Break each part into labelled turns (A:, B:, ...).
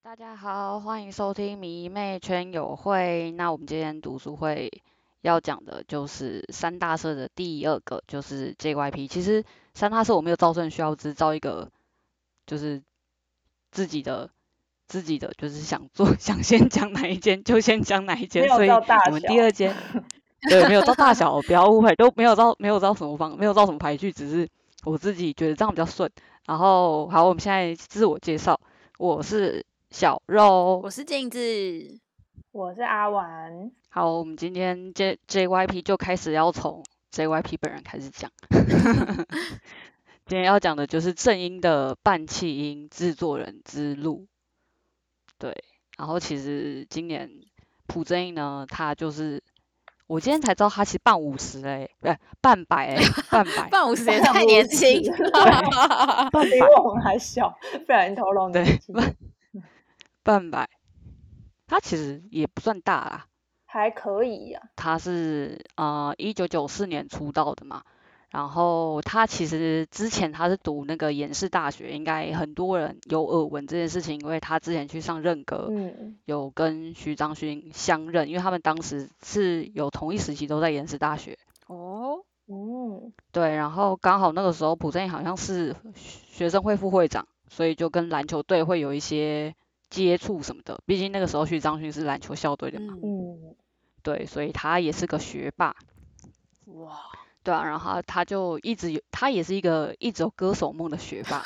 A: 大家好，欢迎收听迷妹圈友会。那我们今天读书会要讲的就是三大社的第二个，就是 JYP。其实三大社我没有照顺序啊，我只是照一个，就是自己的自己的，就是想做 想先讲哪一间就先讲哪一间
B: 没，有
A: 所以
B: 照大
A: 我们第
B: 小
A: 二 间对没有照大小，不要误会，都没有照没有照什么方没有照什么排序，只是我自己觉得这样比较顺。然后好，我们现在自我介绍，我是小肉
C: 我。是镜子，
B: 我是阿丸，
A: 好，我们今天 J JYP 就开始要从 JYP 本人开始讲。 今天要讲的就是正音的半气音制作人之路。对，然后其实今年朴正英呢，他就是我今天才知道他其实办五十嘞，不对，半百哎、半百，
C: 半五十也
B: 我想
C: 太
B: 我
C: 年
B: 是
C: 轻了。
A: 半
B: 比
A: 百，
B: 我们还小，不然头龙
A: 对
B: 年纪
A: 半百，他其实也不算大啦，
B: 还可以啊呀、
A: 他是呃一九九四年出道的嘛，然后他其实之前他是读那个延世大学，应该很多人有耳闻这件事情，因为他之前去上任歌，
B: 嗯，
A: 有跟徐章勋相认，因为他们当时是有同一时期都在延世大学，
C: 哦，
B: 嗯，
A: 对，然后刚好那个时候朴正英好像是学生会副会长，所以就跟篮球队会有一些接触什么的，毕竟那个时候徐章勋是篮球校队的嘛，
C: 嗯，
B: 嗯，
A: 对，所以他也是个学霸。
C: 哇，
A: 对啊，然后他他就一直有，他也是一个一直有歌手梦的学霸，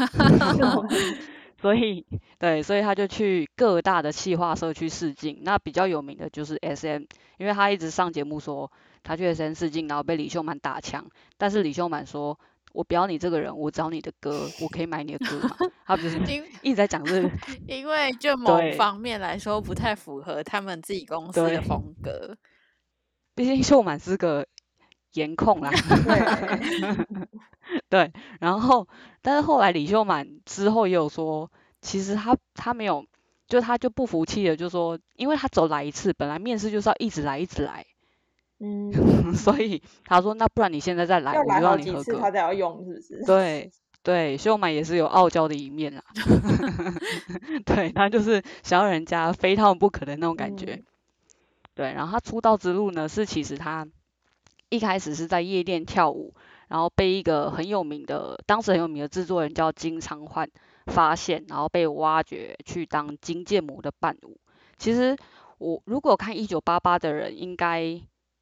A: 所以对，所以他就去各大的企划社去试镜。那比较有名的就是 SM，因为他一直上节目说他去 SM 试镜，然后被李秀满打枪，但是李秀满说。我不要你这个人，我找你的歌，我可以买你的歌嘛？他不 就是
C: 因
A: 一直在讲这个，
C: 因为就某
A: 对
C: 方面来说不太符合他们自己公司
A: 对
C: 的风格。
A: 毕竟秀满是个颜控啦，
B: 对，
A: 对，然后但是后来李秀满之后也有说，其实他他没有，就他就不服气的就说，因为他走来一次，本来面试就是要一直来一直来，
B: 嗯，
A: 所以他说那不然你现在再来，
B: 要
A: 我
B: 来
A: 就
B: 好
A: 让你
B: 几
A: 合
B: 次
A: 格。
B: 他才要用，是不是？
A: 对对，秀满也是有傲娇的一 面啦， 对他就是想要人家非他们不可的那种感觉。
B: 嗯
A: 对，然后他出道之路呢，是其实他一开始是在夜店跳舞，然后被一个很有名的，当时很有名的制作人叫金昌焕发现，然后被挖掘去当金建模的伴舞。其实我如果有看一九八八的人，应该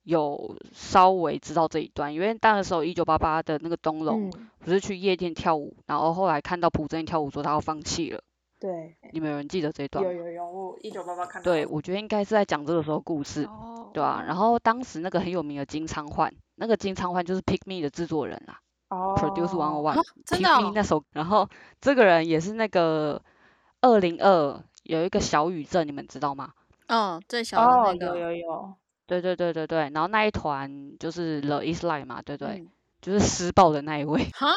A: 有稍微知道这一段，因为那个时候一九八八的那个东龙、
B: 嗯，
A: 不是去夜店跳舞，然后后来看到朴正英跳舞，说他要放弃了。
B: 对，
A: 你们有人记得这一段
B: 有
A: 吗？
B: 有有，我一九八八看到，
A: 对，我觉得应该是在讲这个时候故事。
C: 哦
A: 对啊，然后当时那个很有名的金昌焕，那个金昌焕就是 Pick Me 的制作人啦、
B: 哦
A: p r o d u c e One O
C: 啊
A: One，
C: 真
A: Pick
C: 的
A: Me
C: 哦
A: 那首，然后这个人也是那个二零二有一个小宇宙，你们知道吗？
C: 嗯，最小
B: 哦，
C: 的那
B: 有
C: 个，嗯
B: 有有，
A: 对对对对对，然后那一团就是 The Isline 嘛，对对，
C: 嗯，
A: 就是施暴的那一位，
C: 哈，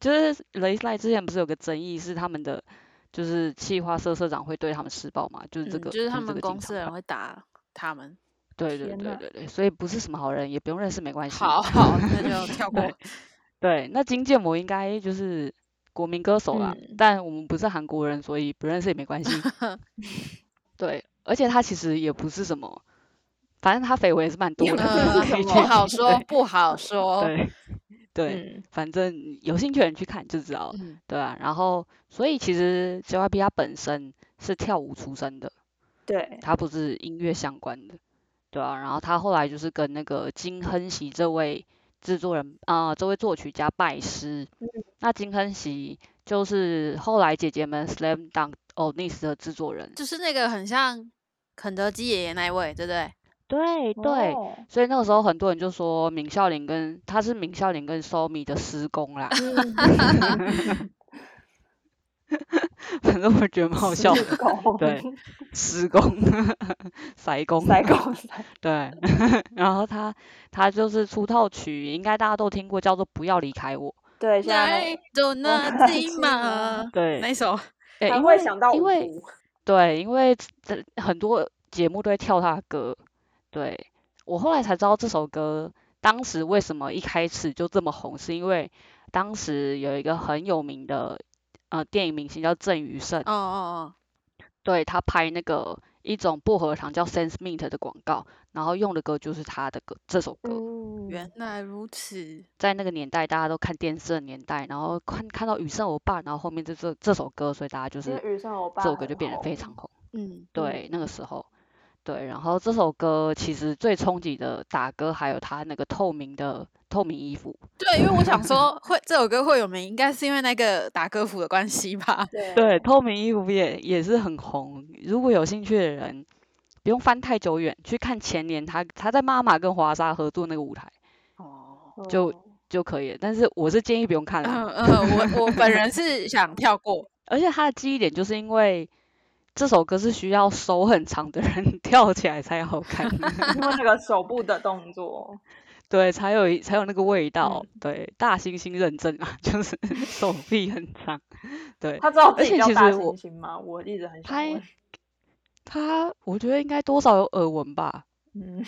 A: 就是 The Isline 之前不是有个争议是他们的就是企划社社长会对他们施暴嘛，就是这
C: 嗯，
A: 个，
C: 就是他
A: 这
C: 们
A: 个金
C: 公
A: 昌
C: 司的人
A: 焕，
C: 会打他们。
A: 对对
B: 天
A: 对
B: 呐
A: 对对，所以不是什么好人，也不用认识没关系。
C: 好好，那就跳过
A: 对。对，那金建模应该就是国民歌手啦，
B: 嗯
A: 但我们不是韩国人，所以不认识也没关系。 对，而且他其实也不是什么，反正他绯闻也是蛮多的，
B: 不
A: 就是
C: 呃
B: 是
A: 可以
B: 什
A: 去
C: 不好
A: 对
C: 说，不好说。
A: 对对，
B: 嗯，
A: 反正有兴趣的人去看就知道了，
C: 嗯，
A: 对啊。然后，所以其实 JYP 他本身是跳舞出身的，
B: 对，
A: 他不是音乐相关的，对啊。然后他后来就是跟那个金亨熙这位制作人啊、这位作曲家拜师。那金亨熙就是后来姐姐们 Slam Dunk Onis 的制作人。
C: 就是那个很像肯德基爷爷那一位，对不对？
A: 对对。
B: 哦
A: 所以那个时候很多人就说闵孝琳跟他是闵孝琳跟 Somi 的师公 啦，
B: 嗯
A: 反正我觉得蛮 好笑的，
B: 是狗，
A: 对，师公， 塞公，
B: 塞狗塞，
A: 对， 然后他他就是出套曲，应该大家都听过，叫做《不要离开我》。
B: 对，现在
C: 来，走那
B: 自
C: 己
B: 己
C: 嘛，
A: 对，
C: 那一首
A: 诶
B: 还
A: 因
B: 会
A: 为
B: 想到
A: 因
B: 五
A: 为
B: 毒
A: 对，因为这很多节目都会跳他的歌。对，我后来才知道这首歌当时为什么一开始就这么红，是因为当
C: 哦
A: 时有一个很有名的呃电影明星叫郑宇盛，
C: 哦哦
A: 对他拍那个一种薄荷糖叫 Sense Mint 的广告，然后用的歌就是他的歌这首歌。
B: 嗯，
C: 原来如此，
A: 在那个年代，大家都看电视的年代，然后看看到雨胜欧巴，然后后面就这这首歌，所以大家就
B: 因
A: 是
B: 为雨上欧巴
A: 这首歌
B: 很
A: 就变得
B: 红
A: 非常红。
C: 嗯，
A: 对，那个时候，对，然后这首歌其实最冲击的打歌，还有他那个透明的透明衣服，
C: 对，因为我 想说会这首歌会有名，应该是因为那个打歌服的关 系吧？
B: 对
A: 对，透明衣服也也是很红。如果有兴趣的人，不用翻太久远，去看前年他他在妈妈跟华莎合作那个舞台
C: 哦，
A: 就
B: 嗯
A: 就可以了。但是我是建议不用看啦，
C: 嗯嗯，我我本 人是想跳过，
A: 而且他的记忆点就是因为这首歌是需要手很长的人 跳起来才好看，
B: 因为那个手部的动作，
A: 对，才有一才有那个味道。对，大猩猩认证啊， 就是手臂很长。对
B: 他知道自
A: 而且
B: 己叫
A: 其
B: 大
A: 实我
B: 猩猩吗？我一直很想
A: 他
B: 问，
A: 他，我觉得应该多少有耳闻吧。
B: 嗯，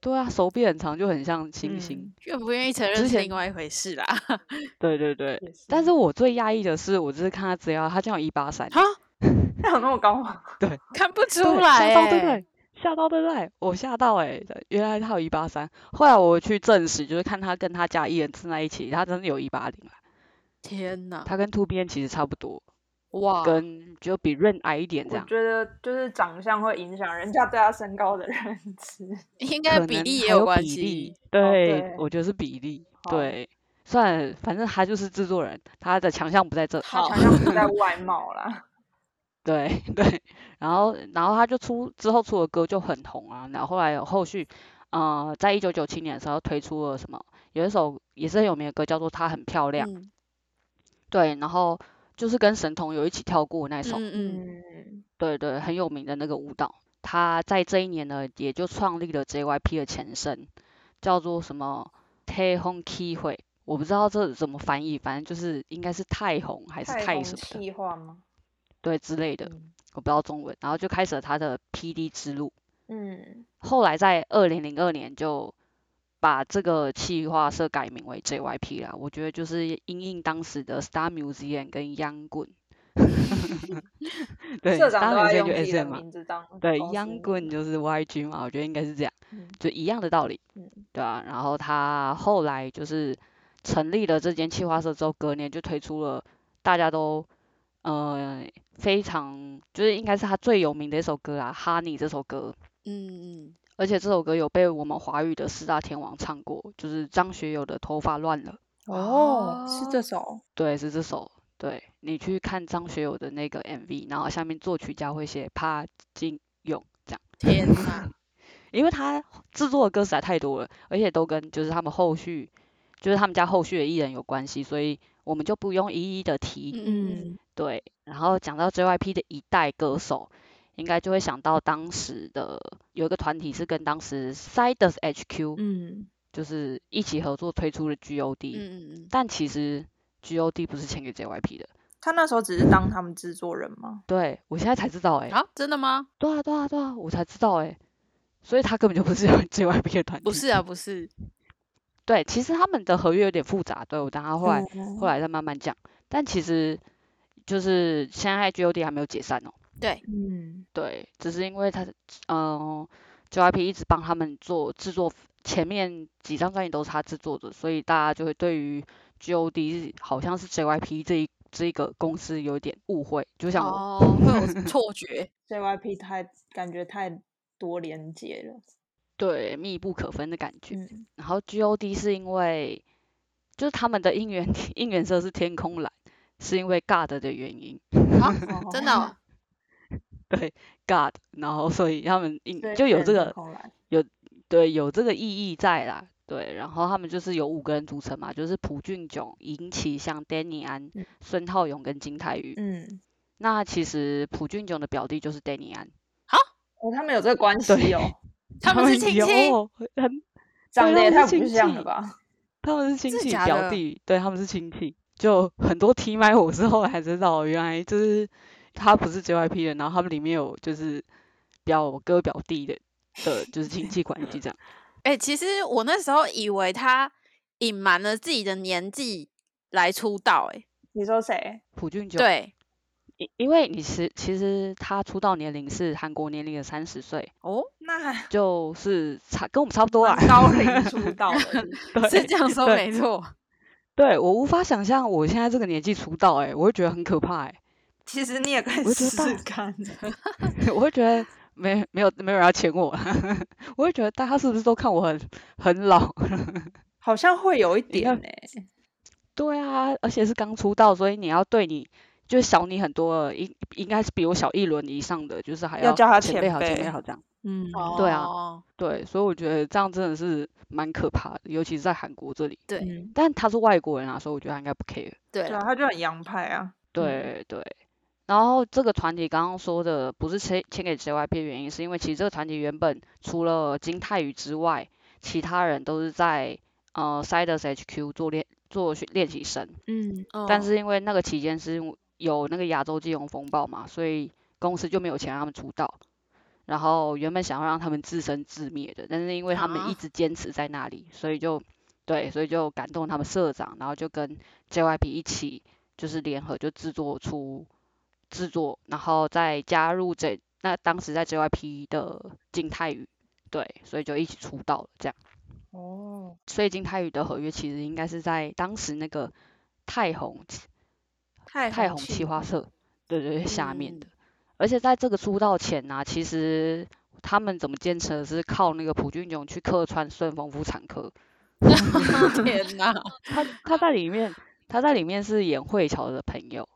A: 对啊，手臂很长就很像猩猩。
B: 嗯
C: 愿不愿意承认
A: 之
C: 是
A: 前
C: 另外一回事啦。
A: 对对对，
B: 也
A: 但是我最压抑的是，我就是看他资料，他竟然有一八三，
C: 哈，
B: 他有那么高吗？
C: 看不出
A: 对
C: 来、
A: 吓
C: 欸，
A: 到对不对？吓到对不对？我吓到哎、对原来他有一八三。后来我去证实，就是看他跟他家艺人站在一起，他真的有一八零
C: 天哪，
A: 他跟 Two B N 其实差不多，
C: 哇，
A: 跟就比润矮一点这
B: 我
A: 样。
B: 觉得就是长相会影响人家对他身高的认知。
C: 应
A: 可
C: 该
A: 能
C: 比例
A: 还
C: 也
A: 有
C: 关
A: 比
C: 系哦
A: 例。，对，
B: 对
A: 我觉得是比例，
B: 好
A: 对。算了，反正他就是制作人，他的强项不在这。
C: 好
B: 他，强项不在外 貌啦，
A: 对 对，然后然后他就出之后出的歌就很红啊，然后后来有后续，呃，在一九九七年的时候推出了什么，有一首也是很有名的歌叫做《她很漂亮》，
C: 嗯
A: 对，然后就是跟神童有一起跳过那首，
C: 嗯嗯，
B: 嗯，
A: 对对，很有名的那个舞蹈。他在这一年呢，也就创立了 JYP 的前身，叫做什么 Tae Hong Ki 会，我不知道这怎么翻译，反正就是应该是太红还是
B: 太
A: 太
B: 空
A: 什么的，
B: 气化吗？
A: 对之类的，
B: 嗯
A: 我不知道中文。然后就开始了他的 PD 之路。
B: 嗯，
A: 后来在二零零二年就把这个企划社改名为 JYP 啦。我觉得就是因应当时的 Star Museum 跟 Young Gun，对
B: 社长
A: ，Star
B: 都要
A: Museum
B: 用
A: 就
B: 自己的
A: SM 嘛，
B: 名字当
A: 对
B: 公司
A: ，Young Gun
B: 名
A: 就是 YG 嘛，我觉得应该是这样，
B: 嗯
A: 就一样的道理，
B: 嗯
A: 对啊。然后他后来就是成立了这间企划社之后，隔年就推出了大家都呃非常就是应该是他最有名的一首歌啦，《Honey》这首歌，
C: 嗯嗯，
A: 而且这首歌有被我们华语的四大天王唱过，就是张学友的《头发乱了》，
B: 哦，是这
C: 哦
B: 首
A: 对，是这首。对你去看张学友的那个 MV，然后下面作曲家会写帕金勇这样，
C: 天 哪，
A: 因为他制作的歌实在太多了，而且都跟就是他们后续，就是他们家后续的艺人有关系，所以我们就不用一一的提。
C: 嗯嗯
A: 对，然后讲到 JYP 的一代歌手，应该就会想到当时的有一个团体是跟当时 Sidus HQ，
B: 嗯，
A: 就是一起合作推出的
C: 嗯
A: GOD，、
C: 嗯嗯，
A: 但其实 GOD 不是签给 JYP 的。
B: 他那时候只是当他们制作人吗？
A: 对我现在才知道哎、欸，
C: 啊，真的吗？
A: 对啊对啊对啊，我才知道哎、所以他根本就不是 JYP 的团体。
C: 不是啊，不是，
A: 对，其实他们的合约有点复杂，对我等下后来、
B: 嗯
A: 后来再慢慢讲。但其实就是现在 GOD 还没有解散哦，
C: 对，
B: 嗯
A: 对，只是因为他嗯、JYP 一直帮他们做制作，前面几张专辑都是他制作的，所以大家就会对于 GOD 好像是 JYP 这一这一个公司有点误会，就像我、
C: 哦，会 有错觉，
B: ，JYP 太感觉太多连接了，
A: 对密不可分的感觉。
B: 嗯
A: 然后 GOD 是因为就是他们的应援 应援色是天空蓝，是因为 God 的原因
C: 啊，
B: 哦
C: 真 的哦，
A: God，然后所以他们应
B: 所以
A: 就有
B: 变
A: 这
B: 成
A: 个
B: 空蓝
A: 对，有这个意义在啦。对，然后他们就是有五个人组成嘛，就是朴俊炯、尹启祥、Danny 安
B: 嗯、
A: 孙浩勇跟金泰宇。
B: 嗯，
A: 那其实朴俊炯的表弟就是 Danny 安，
B: 哦，他们有这个关
A: 对
B: 系哦，
C: 他们是亲戚，
A: 有很
B: 长得也
A: 他
B: 太
A: 们是啊亲
B: 不像了
A: 戚
B: 吧？
A: 他们是亲
C: 真的
A: 戚，
C: 假
A: 表
C: 的
A: 弟，对，他们是亲戚。就很多 T 麦，我是后来才知道，原来就是他不是 JYP 的，然后他们里面有就是表哥表弟的的，就是亲戚关系这样。
C: 哎、其实我那时候以为他隐瞒了自己的年纪来出道、欸，
B: 你说谁？
A: 朴俊炯
C: 对，
A: 因因为你是其实他出道年龄是韩国年龄的三十岁，
C: 哦，
B: 那还
A: 就是差跟我们差不多啦。
B: 蛮高 龄出道的是不是，
C: 是这样说
A: 对
C: 没错。
A: 对我无法想象我现在这个年纪出道、欸，哎，我会觉得很可怕、欸，
B: 其实你也可以
A: 我
B: 试
A: 知道
B: 试看。
A: 我会觉得没没有没有人要签我， 我会觉得大家是不是都看我很很老？
B: 好像会有一点
A: 看
B: 呢、
A: 对啊，而且是刚出道，所以你要对你就是小你很多的，应应该是比我小一轮以上的，就是还
B: 要叫他
A: 前
B: 前
A: 辈好前辈
B: 辈哦
A: 好这样。
C: 嗯，
A: 对啊
C: 啊，
A: 对，所以我觉得这样真的是蛮可怕的，尤其是在韩国这里。
C: 对
B: 嗯，
A: 但他是外国人啊，所以我觉得他应该不 care。
C: 对
B: 对
C: 啦
B: 啊，他就很洋派啊。
A: 对对。然后这个团体刚刚说的不是签签给 JYP 的原因，是因为其实这个团体原本除了金泰宇之外，其他人都是在呃 Sidus HQ 做练做训练习生，
B: 嗯，
A: 但
C: 嗯
A: 是因为那个期间是因为有那个亚洲金融风暴嘛，所以公司就没有钱让他们出道。然后原本想要让他们自生自灭的，但是因为他们
C: 啊
A: 一直坚持在那里，所以就对，所以就感动他们社长，然后就跟 JYP 一起就是联合就制作出制作，然后再加入这那当时在 JYP 的金泰宇，对，所以就一起出道了这样。
B: 哦，
A: 所以金泰宇的合约其实应该是在当时那个泰宏
B: 太
A: 太
B: 红
A: 红
B: 气
A: 企
B: 化
A: 划社，对对对，下
C: 嗯
A: 面的。而且在这个出道前呢、其实他们怎么坚持的是靠那个朴俊炯去客串顺丰妇产科，
C: 天哪，
A: 他他在里面他在里面是演慧乔的朋友。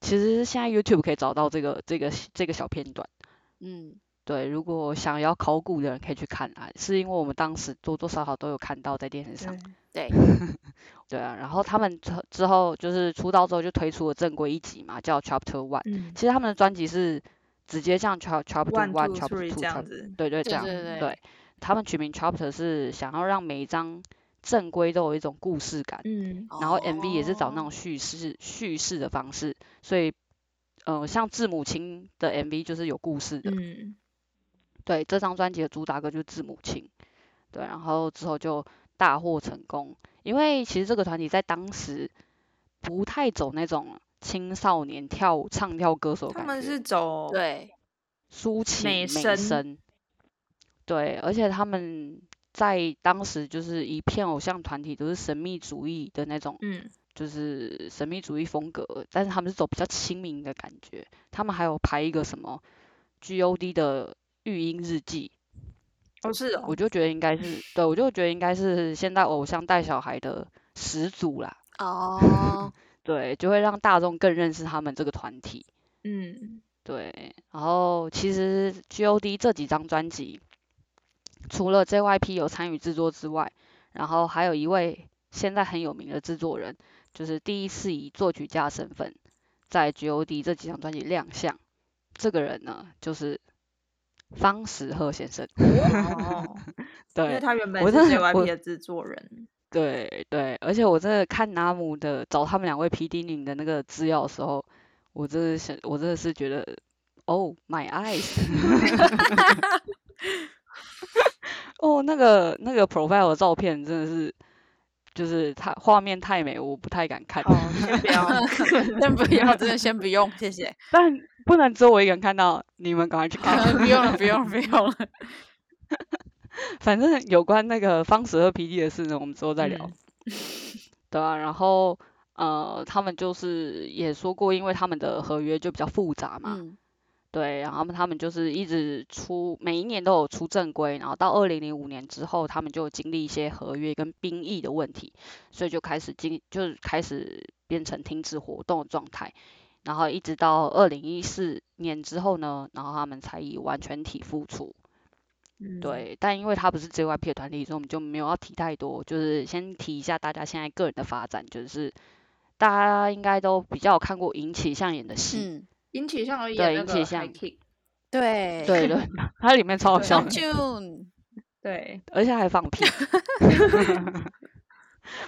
A: 其实现在 YouTube 可以找到这个这个这个小片段，
C: 嗯，
A: 对，如果想要考古的人可以去看啊，是因为我们当时多多少少都有看到在电视上。
C: 对，
A: 对啊，然后他们之后之后就是出道之后就推出了正规一集嘛，叫 Chapter One。
B: 嗯
A: 其实他们的专辑是直接像 Chap Chapter
B: ，one
A: One、
B: two
A: Chapter
B: three
A: Two、
B: 这样
A: Chapter
B: 子，
A: 对对
C: 对
A: 这样
C: 对对
A: 对。他们取名 Chapter 是想要让每一张正规都有一种故事感，
B: 嗯，
A: 然后 MV 也是找那
C: 哦
A: 种叙事叙事的方式，所以呃像字母亲的 MV 就是有故事的，
B: 嗯，
A: 对，这张专辑的主打歌就是《致母亲》，对，然后之后就大获成功，因为其实这个团体在当时不太走那种青少年跳舞唱跳歌手的
B: 他
A: 感
B: 们
A: 觉
B: 是走
C: 对，
A: 抒情
B: 美
A: 美
B: 声
A: 对，而且他们在当时就是一片偶像团体都是神秘主义的那种，
B: 嗯
A: 就是神秘主义风格，但是他们是走比较亲民的感觉，他们还有拍一个什么 G.O.D 的育婴日记。
B: 哦是哦，
A: 我就觉得应该是，对我就觉得应该是现代偶像带小孩的始祖啦，
C: 哦，
A: 对，就会让大众更认识他们这个团体，
B: 嗯
A: 对。然后其实 G.O.D 这几张专辑，除了 J.Y.P 有参与制作之外，然后还有一位现在很有名的制作人，就是第一次以作曲家身份在 G.O.D 这几张专辑亮相，这个人呢就是方时赫先生，
B: 哦，因为
A: 对。
B: 他原本
A: 我
B: 是
A: 真的
B: JYP
A: 我
B: 的制作人，
A: 对对，而且我真的看拿姆的找他们两位 P D 领的那个资料的时候，我真的想，我真的是觉得，Oh my eyes，哦，那个那个 profile 的照片真的是，就是它画面太美，我不太敢看，
B: 好，先不要，
C: 先不要，真的先不用，谢谢，
A: 但不能只有我一个人看到，你们赶快 去看。
C: 不用了，不用了，不用了，
A: 反正有关那个方十二 PD 的事呢，我们之后再聊。
B: 嗯
A: 对啊，然后呃，他们就是也说过，因为他们的合约就比较复杂嘛，
C: 嗯，
A: 对，然后他们就是一直出，每一年都有出正规，然后到二零零五年之后，他们就经历一些合约跟兵役的问题，所以就开始经就是开始变成停止活动的状态，然后一直到二零一四年之后呢，然后他们才以完全体复出。
B: 嗯，
A: 对，但因为它不是 JYP 的团体，所以我们就没有要提太多，就是先提一下大家现在个人的发展，就是大家应该都比较有看过尹启相演的戏，
C: 嗯，
B: 引起像有演
A: 对
B: 那
A: 引
B: 个
A: 起
B: High
A: 像
B: Kick，
C: 对
A: 对 对，它里面超好
B: 嗯对
A: 笑
B: 然后
A: 的，
C: ，June，
B: 对，
A: 而且还 放屁。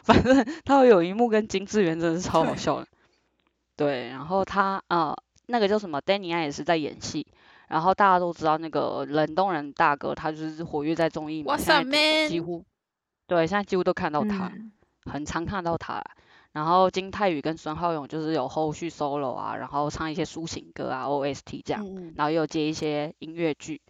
A: 反正他有一幕跟金智媛真的是超好笑的。对，然后他呃那个叫什么，Danny 安也是在演戏，然后大家都知道那个冷冻人大哥，他就是活跃在综艺嘛，
C: What's
A: 现
C: up,
A: 在几
C: man？
A: 乎对现在几乎都看到他，
B: 嗯
A: 很常看到他啦。然后金泰宇跟孙浩勇就是有后续 solo 啊，然后唱一些抒情歌啊、OST 这样，
C: 嗯
A: 然后也有接一些音乐剧。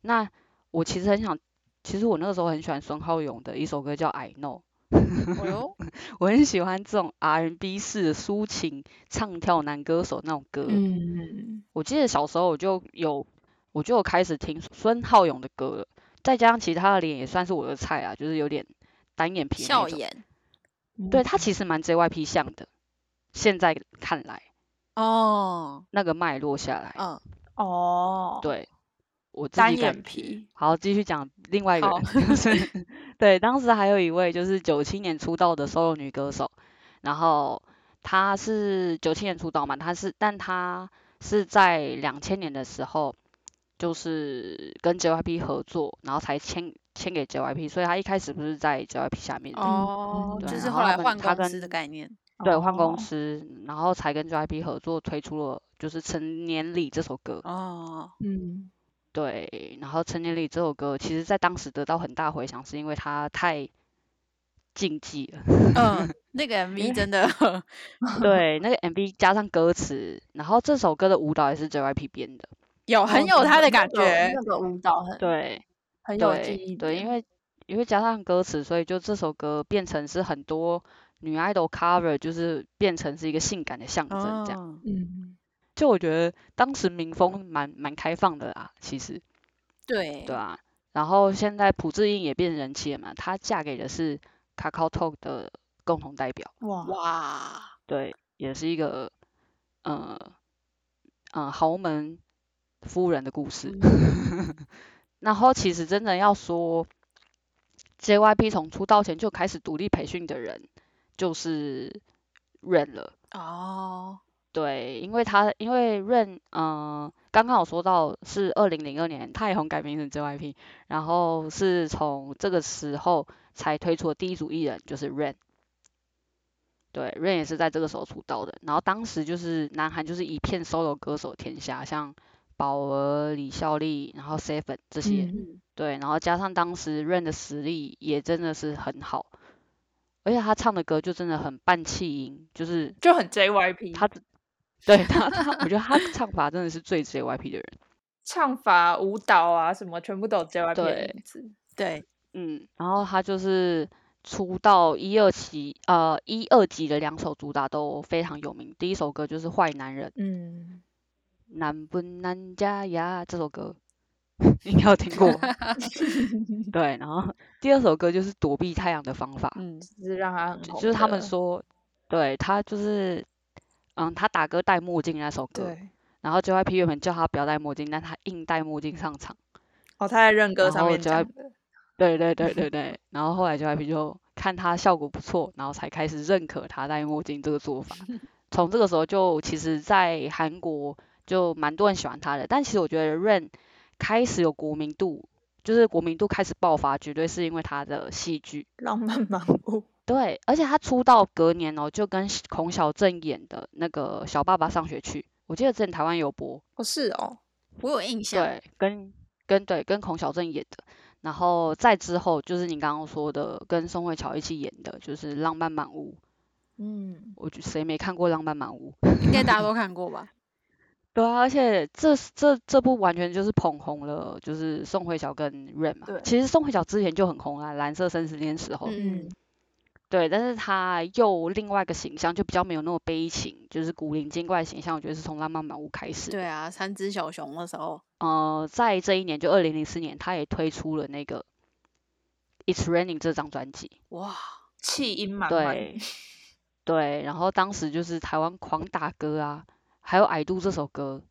A: 那我其实很想，其实我那个时候很喜欢孙浩勇的一首歌叫《I Know》，
C: 嗯，哎呦，
A: 我很喜欢这种 R&B 式的抒情唱跳男歌手那种歌。
B: 嗯，
A: 我记得小时候我就有，我就有开始听孙浩勇的歌了，再加上其实他的脸也算是我的菜啊，就是有点单眼皮的
C: 笑
A: 那种。
C: 颜
B: 嗯
A: 对他其实蛮 JYP 像的，现在看来
C: 哦，
A: 那个脉络下来，
C: 嗯，
B: 哦，，
A: 对我自
B: 单
A: 己感
B: 眼
A: 觉
B: 皮，
A: 好，继续讲另外一个
C: 好
A: 人，就是 对，当时还有一位就是九七年出道的 solo 女歌手，然后她是九七年出道嘛，她是，但她是在两千年的时候，就是跟 JYP 合作，然后才签签给 JYP，所以她一开始不是在 JYP 下面的，
C: 哦，
A: 对
C: 就是
A: 然
C: 后
A: 后他
C: 来
A: 们
C: 换
A: 他
C: 公司
A: 跟
C: 的概念，
A: 对，换公
B: 哦，
A: 司，然后才跟 JYP 合作推出了就是《成年礼》这首歌，
C: 哦，
B: 嗯，
A: 对，然后《成年礼》这首歌，其实在当时得到很大回响，是因为它太禁忌了。
C: 嗯，那个 MV 真的
A: 对，那个 MV 加上歌词，然后这首歌的舞蹈也是 JYP 编哦的。
C: 有很有他的感觉
B: 那，个舞蹈很
A: 对
B: 很有记忆
A: 对对，因
B: 点
A: 为因为加上歌词，所以就这首歌变成是很多女 idol cover，就是变成是一个性感的象征这样。
C: 嗯，
B: 嗯，
A: 就我觉得当时民风蛮蛮开放的啦，其实。
C: 对
A: 对啊，然后现在朴智英也变人气了嘛，她嫁给的是 Kakao Talk 的共同代表，
B: 哇，
C: 哇，
A: 对，也是一个呃呃豪门夫人的故
B: 嗯
A: 事。然后其实真的要说，JYP 从出道前就开始独立培训的人就是 Rain 了。
C: 哦，
A: 对，因为他因为 Rain，嗯、刚刚有说到是二零零二年太红改名成 JYP，然后是从这个时候才推出的第一组艺人就是 Rain。对，Rain 也是在这个时候出道的。然后当时就是南韩就是一片 solo 歌手天下，像宝儿、李孝利，然后 Seven 这些，
B: 嗯
A: 对，然后加上当时 Rain 的实力也真的是很好，而且他唱的歌就真的很伴气音，就是
B: 就很 JYP，
A: 他对他，他我觉得他唱法真的是最 JYP 的人。
B: 唱法、舞蹈啊什么，全部都有 JYP 的
A: 对
B: 影子。
C: 对，
A: 嗯，然后他就是出道一二期，呃，一二集的两首主打都非常有名。第一首歌就是《坏男人
B: 嗯，》，
A: 难不难加呀这首歌， 应该有听过吧。对，然后第二首歌就是《躲避太阳的方法》。
C: 嗯，
B: 啊就是让他很
A: 就
B: 红
A: 就是他们
B: 的
A: 说，对他就是，嗯，他打歌戴墨镜那首歌，
C: 对，
A: 然后 JYP 原本叫他不要戴墨镜，但他硬戴墨镜上场。
B: 哦，他在认歌
A: 然
B: 上
A: 后
B: 面
A: JYP
B: 讲的，
A: 对对对对对，然后后来 JYP 就看他效果不错，然后才开始认可他戴墨镜这个做法。从这个时候就，其实，在韩国就蛮多人喜欢他的，但其实我觉得 Rain 开始有国民度，就是国民度开始爆发，绝对是因为他的戏剧。
B: 浪漫满屋。
A: 对，而且他出道隔年哦，就跟孔小振演的那个《小爸爸上学去》，我记得之前台湾有播，
B: 哦，是哦，
C: 我有印象，
A: 对，跟跟对跟孔小振演的，然后再之后就是你刚刚说的跟宋慧乔一起演的，就是《浪漫满屋》，
B: 嗯，
A: 我觉谁没看过《浪漫满屋》？
C: 应该大家都看过吧？
A: 对啊，而且这这这部完全就是捧红了，就是宋慧乔跟 Rain 嘛
B: 对。
A: 其实宋慧乔之前就很红啊，《蓝色生死恋》时候，
C: 嗯，
A: 对，但是她又另外一个形象就比较没有那么悲情，就是古灵精怪的形象，我觉得是从《浪漫满屋》开始。
C: 对啊，三只小熊的时候，
A: 呃，在这一年，就二零零四年，他也推出了那个《It's Raining》这张专辑。
C: 哇，
B: 气音满满。
A: 对，对，然后当时就是台湾狂打歌啊，还有《I Do》这首歌。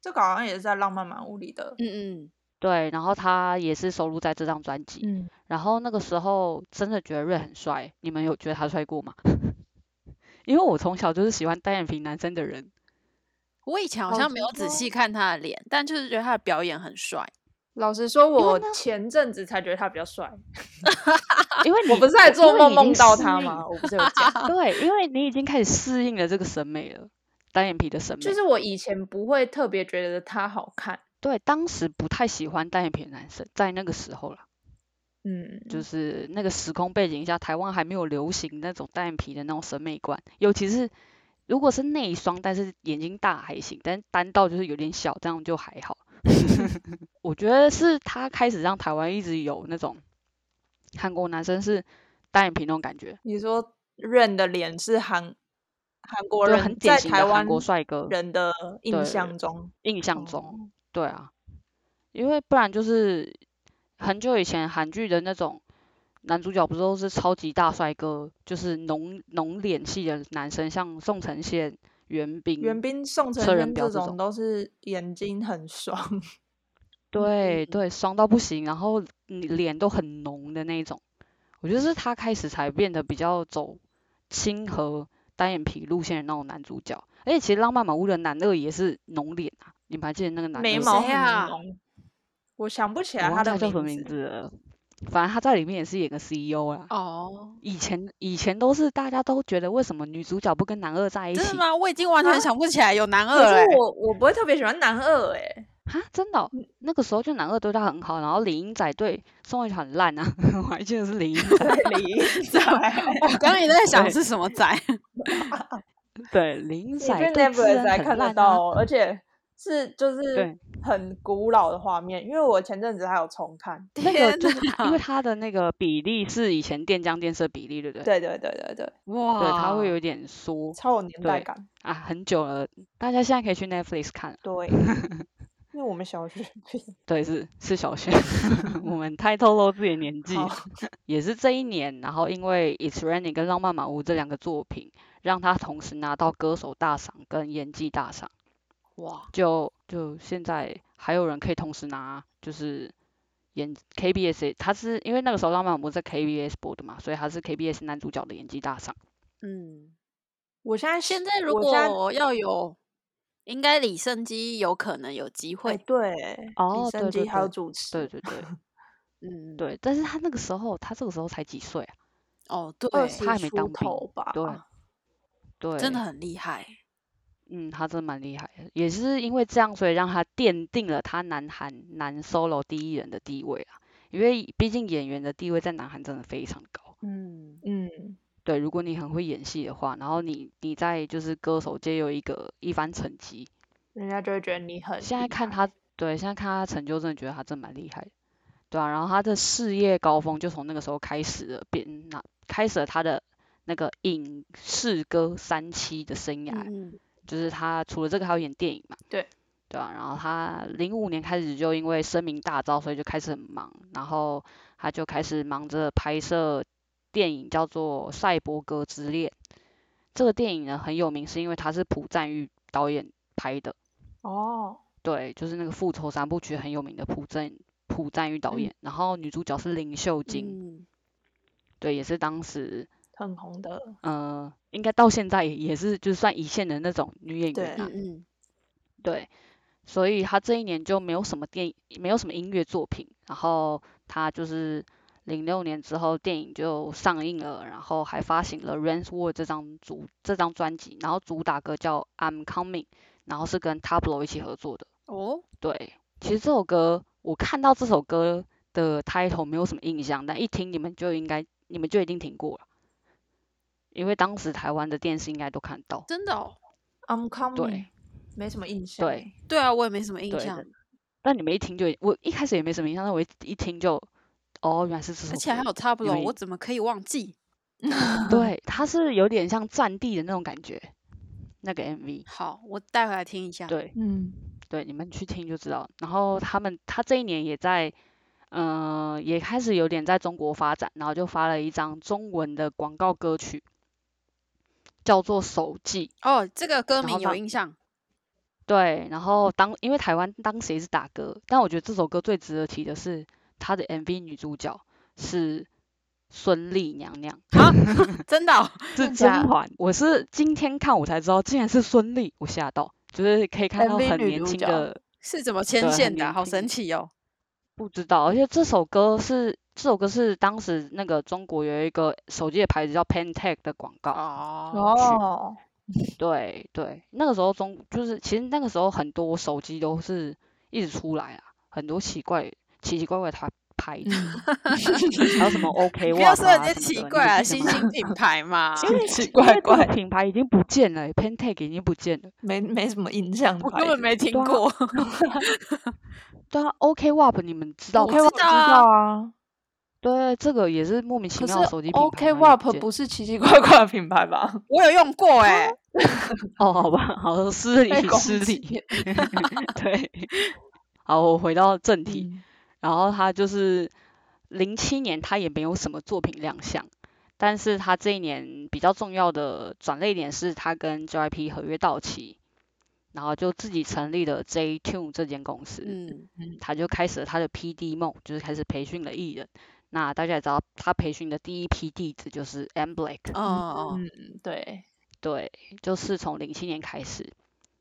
B: 这个好像也是在浪漫满屋里的。
C: 嗯嗯，
A: 对，然后他也是收录在这张专辑。
B: 嗯，
A: 然后那个时候真的觉得瑞很帅，你们有觉得他帅过吗？ 因为我从小就是喜欢单眼皮男生的人。
C: 我以前好
A: 哦
B: 老
C: 像没
B: 实
C: 有仔
B: 说
C: 细看他的脸，但就是觉得他的表演很帅，
B: 老实说，
A: 为
B: 我
A: 那
B: 前阵子才觉得他比较帅。
A: 因为你
B: 我不是在做
A: 因为
B: 梦
A: 你已经
B: 梦到
A: 适
B: 他
A: 应
B: 吗？我不是有 讲，
A: 对，因为你已经开始适应了这个审美了，单眼皮的审美。
B: 就是我以前不会特别觉得他好看，
A: 对，当时不太喜欢单眼皮的男生，在那个时候啦。
C: 嗯，
A: 就是那个时空背景下，台湾还没有流行那种单眼皮的那种审美观，尤其是如果是内双，但是眼睛大还行，但是单到就是有点小，这样就还 好。我觉得是他开始让台湾一直有那种韩国男生是单眼皮那种感觉，
B: 你说认的脸是韩韩国
A: 就
B: 人
A: 很典
B: 在
A: 型
B: 台
A: 的
B: 湾
A: 韩国帅哥
B: 人的
A: 对
B: 印象中，
A: 印象中。
B: 哦
A: 对啊，因为不然就是很久以前韩剧的那种男主角不是都是超级大帅哥，就是浓浓脸系的男生，像宋承宪、袁冰，
B: 袁彬、宋承
A: 车人
B: 轩
A: 标
B: 这
A: 这种
B: 种都是眼睛很爽， 嗯
A: 对对，爽到不行，然后你脸都很浓的那种。我觉得是他开始才变得比较走亲和单眼皮路线的那种男主角，而且其实《浪漫满屋》的男二也是浓脸啊，你们还记得那个男
B: 眉
A: 二
B: 毛
C: 谁
B: 很
C: 啊
B: 浓。我想不起
A: 我
B: 来
A: 忘
B: 他
A: 记
B: 的
A: 他叫什么
B: 名
A: 名。字了，反正他在里面也是演个 E CEO 啦。
C: 哦，
A: 以前以前都是大家都觉得为什么女主角不跟男二在一
C: 真的
A: 起
C: 吗？我已经完全
B: 啊
C: 想不起来有 男二
B: 可
C: 了
B: 是
C: 欸。
B: 我我不会特别喜欢男二哎、
A: 哈，真的哦、
B: 嗯
A: 那个时候就男二对他很好，然后林英仔对宋慧乔很烂啊， 我还记得是林英 仔
B: 林仔，
C: 我刚刚也在想
A: 对
C: 是什么仔，
A: 对林英
B: 你
A: 仔
B: 去
A: 对智
B: Netflix
A: 恩
B: 才
A: 很
B: 看得
A: 烂啊，
B: 到哦，而且是就是
A: 对
B: 很古老的画面，因为我前阵子还有重看。
A: 那个
C: 天
A: 就是他因为
B: 哦
C: 哪！
A: 他的那个比例是以前电浆电视的比例，对不对？
B: 对对哦对对对，
C: 哇，
A: 对，他会有一点缩
B: 超有年代
A: 对
B: 感。
A: 啊，很久了，大家现在可以去 Netflix 看。
B: 对，因为我们小学毕
A: 对，是是小学， 我们太透露自己的年纪
B: 好
A: 了，也是这一年，然后因为《It's Raining》跟《浪漫满屋》这两个作品，让他同时拿到歌手大赏跟演技大赏，
C: 哇，
A: 就就现在还有人可以同时拿，就是演 KBS，他是因为那个时候《浪漫满屋》在 KBS 播的嘛，所以他是 KBS 男主角的演技大赏。
C: 嗯，
B: 我现在
C: 现在如
B: 我现在
C: 果要有，应该李胜基有可能有机
B: 哎
C: 会。
B: 对，
A: 哦对
B: 李
A: 对
B: 生基还有
A: 对
B: 主持，
A: 对对对
C: 嗯，，
A: 对，但是他那个时候，他这个时候才几岁啊？
C: 哦，对，
B: 二
A: 他
B: 十
A: 还没
B: 出
A: 当兵
B: 头吧？
A: 对对，
C: 真的很厉害。
A: 嗯，他真的蛮厉害的，也是因为这样，所以让他奠定了他南韩男 solo 第一人的地位啊。因为毕竟演员的地位在南韩真的非常高。
C: 嗯，
B: 嗯，
A: 对，如果你很会演戏的话，然后你你在就是歌手界有一个一番成绩，
B: 人家就会觉得你很
A: 现在
B: 厉
A: 看
B: 害欸
A: 他，对，现在看他成就，真的觉得他真的蛮厉害的，对啊，然后他的事业高峰就从那个时候开始了，变那开始了他的那个影视歌三栖的生涯。
C: 嗯
A: 就是他除了这个还有演电影嘛，
B: 对
A: 对啊，然后他零五年开始就因为声名大噪，所以就开始很忙，然后他就开始忙着拍摄电影，叫做《赛博格之恋》。这个电影呢很有名，是因为它是朴赞玉导演拍的，
B: 哦，
A: 对，就是那个《复仇三部曲》很有名的朴赞朴赞玉导
C: 嗯
A: 演，然后女主角是林秀晶，
C: 嗯，
A: 对，也是当时
B: 很红的，
A: 呃应该到现在也也是就算一线的那种女演员
B: 对
A: 啊，
C: 嗯嗯，
A: 对，所以他这一年就没有什么电影，没有什么音乐作品。然后他就是零六年之后电影就上映了，然后还发行了《Rain's World》这张主这张专辑，然后主打歌叫《I'm Coming》，然后是跟 Tablo 一起合作的。
C: 哦，
A: 对，其实这首歌我看到这首歌的 title 没有什么印象，但一听你们就应该你们就一定听过了，因为当时台湾的电视应该都看到。
C: 真的哦，
B: I'm
A: 对
B: coming，没什么印象
A: 对
B: 欸。
C: 对啊，我也没什么印
A: 对
C: 象
A: 的，但你们一听就，我一开始也没什么印象，但我一一听就，哦，原来是这首
C: 而且还
A: 歌。
C: 有差不
A: 有
C: 多，
A: 一
C: 我怎么可以忘记？
A: 对，它是有点像战地的那种感觉，那个 MV。
C: 好，我待会来听一下。
A: 对
B: 嗯，
A: 对，你们去听就知道。然后他们他这一年也在，嗯，也开始有点在中国发展，然后就发了一张中文的广告歌曲，叫做《手记》。
C: 哦，这个歌
A: 然后
C: 名有
A: 让
C: 印象。
A: 对，然后当因为台湾当时也是打歌，但我觉得这首歌最值得提的是它的 MV 女主角是孙俪娘娘。
C: 啊， 真的哦，
A: 是
B: 真假
A: 甄嬛，我是今天看我才知道，竟然是孙俪，我吓到，就是可以看到
B: MV
A: 很
B: 女
A: 年
B: 主
A: 轻
B: 角
A: 的，
C: 是怎么牵
A: 对
C: 线
A: 很
C: 的啊？
A: 年
C: 好
A: 轻
C: 神奇哦。
A: 不知道，而且这首歌是这首歌是当时那个中国有一个手机的牌子叫 Pantech 的广告，
C: 哦，
B: 哦，
A: 对对，那个时候中就是其实那个时候很多手机都是一直出来啊，很多奇怪奇奇怪怪的牌排除， 还有什么 OK 袜、啊、
C: 你不要说人
A: 什
C: 家
A: 么的
C: 奇
A: 你
C: 怪啊，
A: 你
C: 新
A: 什么
C: 兴品牌嘛，
D: 奇奇
A: 因为
D: 怪
A: 这
D: 怪
A: 个，品牌已经不见了、欸、，Pentag 已经不见了。
D: 没没什么印象的
C: 我
D: 牌子。
C: 根本没听
A: 对啊
C: 过。
A: 对啊，OK WAP 你们知道
C: 我
A: 吗
D: OK？WAP 知
C: 知道啊
D: 道啊，
A: 对，这个也是莫名其
D: 可是
A: 妙的手机品牌
D: OK
A: 哪里不
D: WAP
A: 见
D: 不是奇奇怪怪的品牌吧？
C: 我有用过哎、
A: 哦，好吧，好失
D: 被
A: 礼
D: 攻
A: 失
D: 击
A: 礼， 对。好，我回到正题，
D: 嗯
A: 然后他就是零七年，他也没有什么作品亮相，但是他这一年比较重要的转捩点是他跟 JYP 合约到期，然后就自己成立了 JTune 这间公司，
C: 嗯，
A: 他就开始了他的 PD 梦，就是开始培训了艺人。那大家也知道，他培训的第一批弟子就是 M Black，
C: 哦哦，
D: 嗯，对，
A: 对，就是从零七年开始，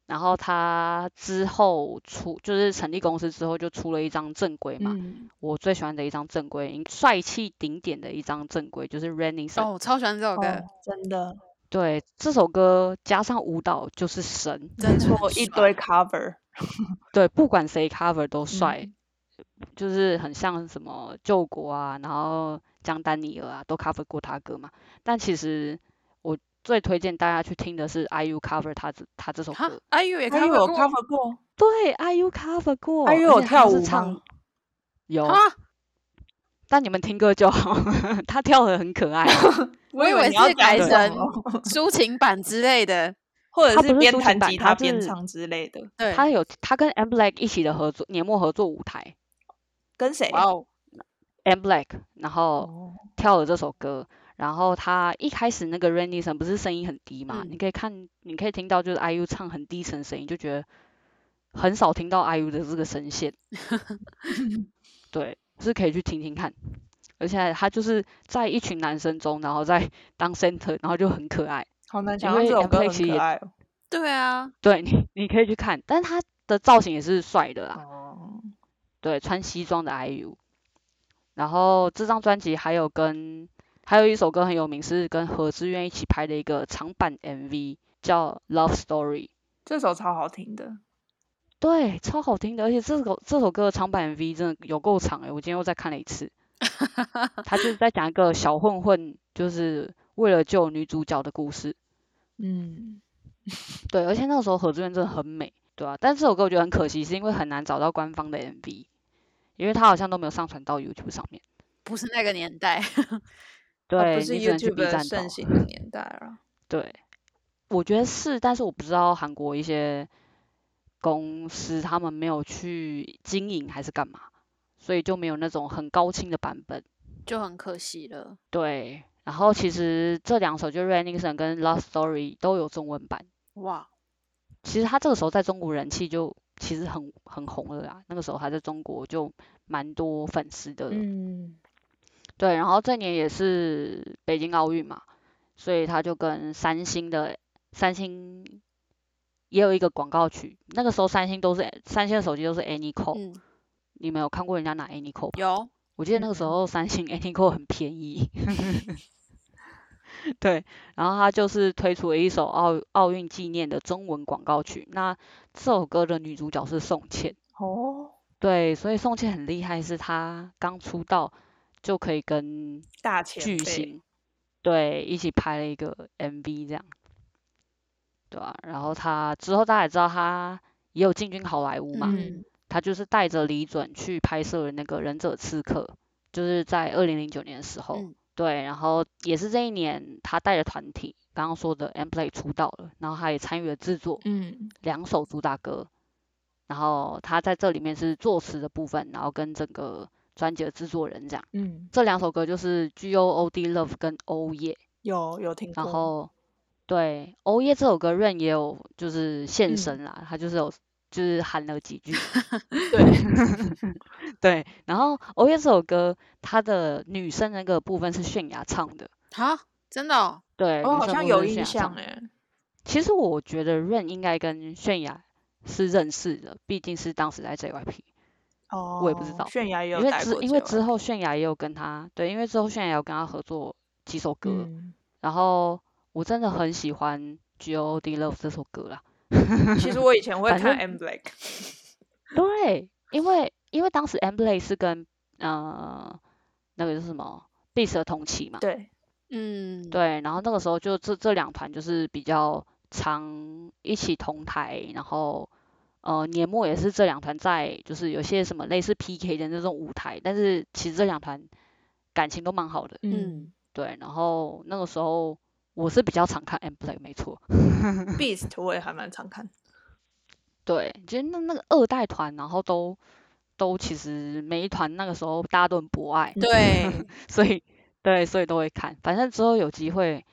A: 然后他之后出就是成立公司之后就出了一张正规嘛，
D: 嗯，
A: 我最喜欢的一张正规，帅气顶点的一张正规就是 r e n i s o n
C: 哦，我超喜欢这首歌，
D: 哦，真的，
A: 对，这首歌加上舞蹈就是神，
C: 真
D: 错
C: 很
D: 一
C: 爽
D: 堆 cover，嗯
A: 对，不管谁 cover 都帅，
C: 嗯
A: 就是很像什么救国啊，然后江丹尼尔啊，都 cover 过他歌嘛。但其实我最推荐大家去听的是 IU cover 他这他这首
C: 哈
A: 歌，
C: ，IU 也
D: 还有
C: cover 过
D: cover 过，
A: 对，IU cover 过
D: 还
A: 而
D: 有
A: 且他
D: 跳
A: 是
D: 舞
A: 唱
D: 吗？
A: 有，
C: 啊，
A: 但你们听歌就好， 他跳的 很可爱，
C: 我以为
D: 你要
C: 是
D: 讲
C: 改
D: 什
C: 成
D: 么
C: 抒情版之类的，
D: 或者
A: 它不
D: 是
A: 是
D: 边
A: 抒情
D: 弹
A: 版
D: 吉
A: 它
D: 他边
A: 是
D: 唱之类的，
C: 对，
A: 他有他跟 M Black 一起的合作年末合作舞台
D: 跟谁？
C: 哇哦，
A: ，M Black，然后。
D: 哦，
A: 跳了这首歌，然后他一开始那个 r a n i s o n 不是声音很低嘛？
C: 嗯
A: 你可以看，你可以听到就是 IU 唱很低沉的声音，就觉得很少听到 IU 的这个 声线。对，是可以去听听看。而且他就是在一群男生中，然后在当 center，然后就很可爱。
D: 好难
A: 因
D: 想象
A: 为
D: 这首
A: M
D: 歌
A: Black
D: 很
A: 其实
D: 可
A: 也
D: 爱哦
C: 对啊，
A: 对你，你可以去看，但是他的造型也是帅的啦。
B: 嗯
D: 哦，
A: 对，穿西装的 IU。然后这张专辑还有跟还有一首歌很有名，是跟何志远一起拍的一个长版 MV，叫《Love Story》。
D: 这首超好听的，
A: 对，超好听的，而且这首这首歌的长版 MV 真的有够长诶、欸我今天又再看了一次。他就是在讲一个小混混，就是为了救女主角的故事。
D: 嗯，
A: 对，而且那时候何志远真的很美，对啊。但这首歌我觉得很可惜，是因为很难找到官方的 MV，因为他好像都没有上传到 YouTube 上面。啊
C: 不是那个年代，
D: 它
A: 对，
D: 不是
A: 你只能去
D: YouTube
A: B
D: 的
A: 站找
D: 盛行的年代啊了，
A: 对，我觉得是，但是我不知道韩国一些公司他们没有去经营还是干嘛，所以就没有那种很高清的版本。
C: 就很可惜了。
A: 对，然后其实这两首就《r a n i n g s o n 跟《Love Story》都有中文版。
C: 哇，
A: 其实他这个时候在中国人气就其实很很红了啦，那个时候他在中国就蛮多粉丝的了。
D: 嗯，
A: 对，然后这年也是北京奥运嘛，所以他就跟三星的三星也有一个广告曲。那个时候三星都是三星的手机都是 Anyco，、
C: 嗯，
A: 你们有看过人家拿 Anyco 吧？
C: 有，
A: 我记得那个时候三星 Anyco 很便宜。对，然后他就是推出了一首奥奥运纪念的中文广告曲。那这首歌的女主角是宋茜。
D: 哦，
A: 对，所以宋茜很厉害，是她刚出道就可以跟
D: 大前
A: 巨
D: 辈，
A: 星，对，一起拍了一个 MV 这样，对啊，然后他之后大家也知道他也有进军好莱坞嘛，
D: 嗯，
A: 他就是带着李准去拍摄了那个《忍者刺客》，就是在二零零九年的时候，
C: 嗯
A: 对，然后也是这一年他带着团体，刚刚说的 M Play 出道了，然后他也参与了制作
D: 嗯，
A: 两首主打歌，然后他在这里面是作词的部分，然后跟整个专辑的制作人这样。
D: 嗯，
A: 这两首歌就是 G O O D Love 跟欧耶，
D: 有有听
A: 然
D: 过，
A: 后对欧耶这首歌 Rain 也有就是现
D: 嗯
A: 身啦，他就是有就是喊了几句，
D: 对，
A: 对，然后欧耶这首歌它的女生那个部分是泫雅唱的，
C: 哈，真的、哦，
A: 对，
D: 我好
A: 女生
D: 像
A: 部
D: 有
A: 分是泫
D: 印
A: 雅
D: 象
A: 唱的
D: 哎，
A: 其实我觉得 Rain 应该跟泫雅是认识的，毕竟是当时在 JYP，
D: 哦，
A: 我也不知道
D: 泫雅也有
A: 因为
D: 带
A: 之
D: 过
A: 因为
D: JYP
A: 之后泫雅也有跟他对，因为之后泫雅有跟他合作几首歌，
D: 嗯，
A: 然后我真的很喜欢 G O O D Love 这首歌啦。
D: 其实我 以前会
A: 反
D: 看
A: 正
D: M Black，
A: 对，因为因为当时 M Play 是跟呃那个是什么 b i s 的同期嘛，
D: 对，
C: 嗯，
A: 对，然后那个时候就这这两盘就是比较常一起同台，然后呃年末也是这两团在就是有些什么类似 PK 的那种舞台，但是其实这两团感情都蛮好的，
C: 嗯
A: 对，然后那个时候我是比较常看 M Black 没错，嗯
D: ，Beast 我也还蛮常看，
A: 对，其实那那个二代团，然后都都其实每一团那个时候大家都很博爱，
C: 对，
A: 所以对，所以都会看。反正之后有机会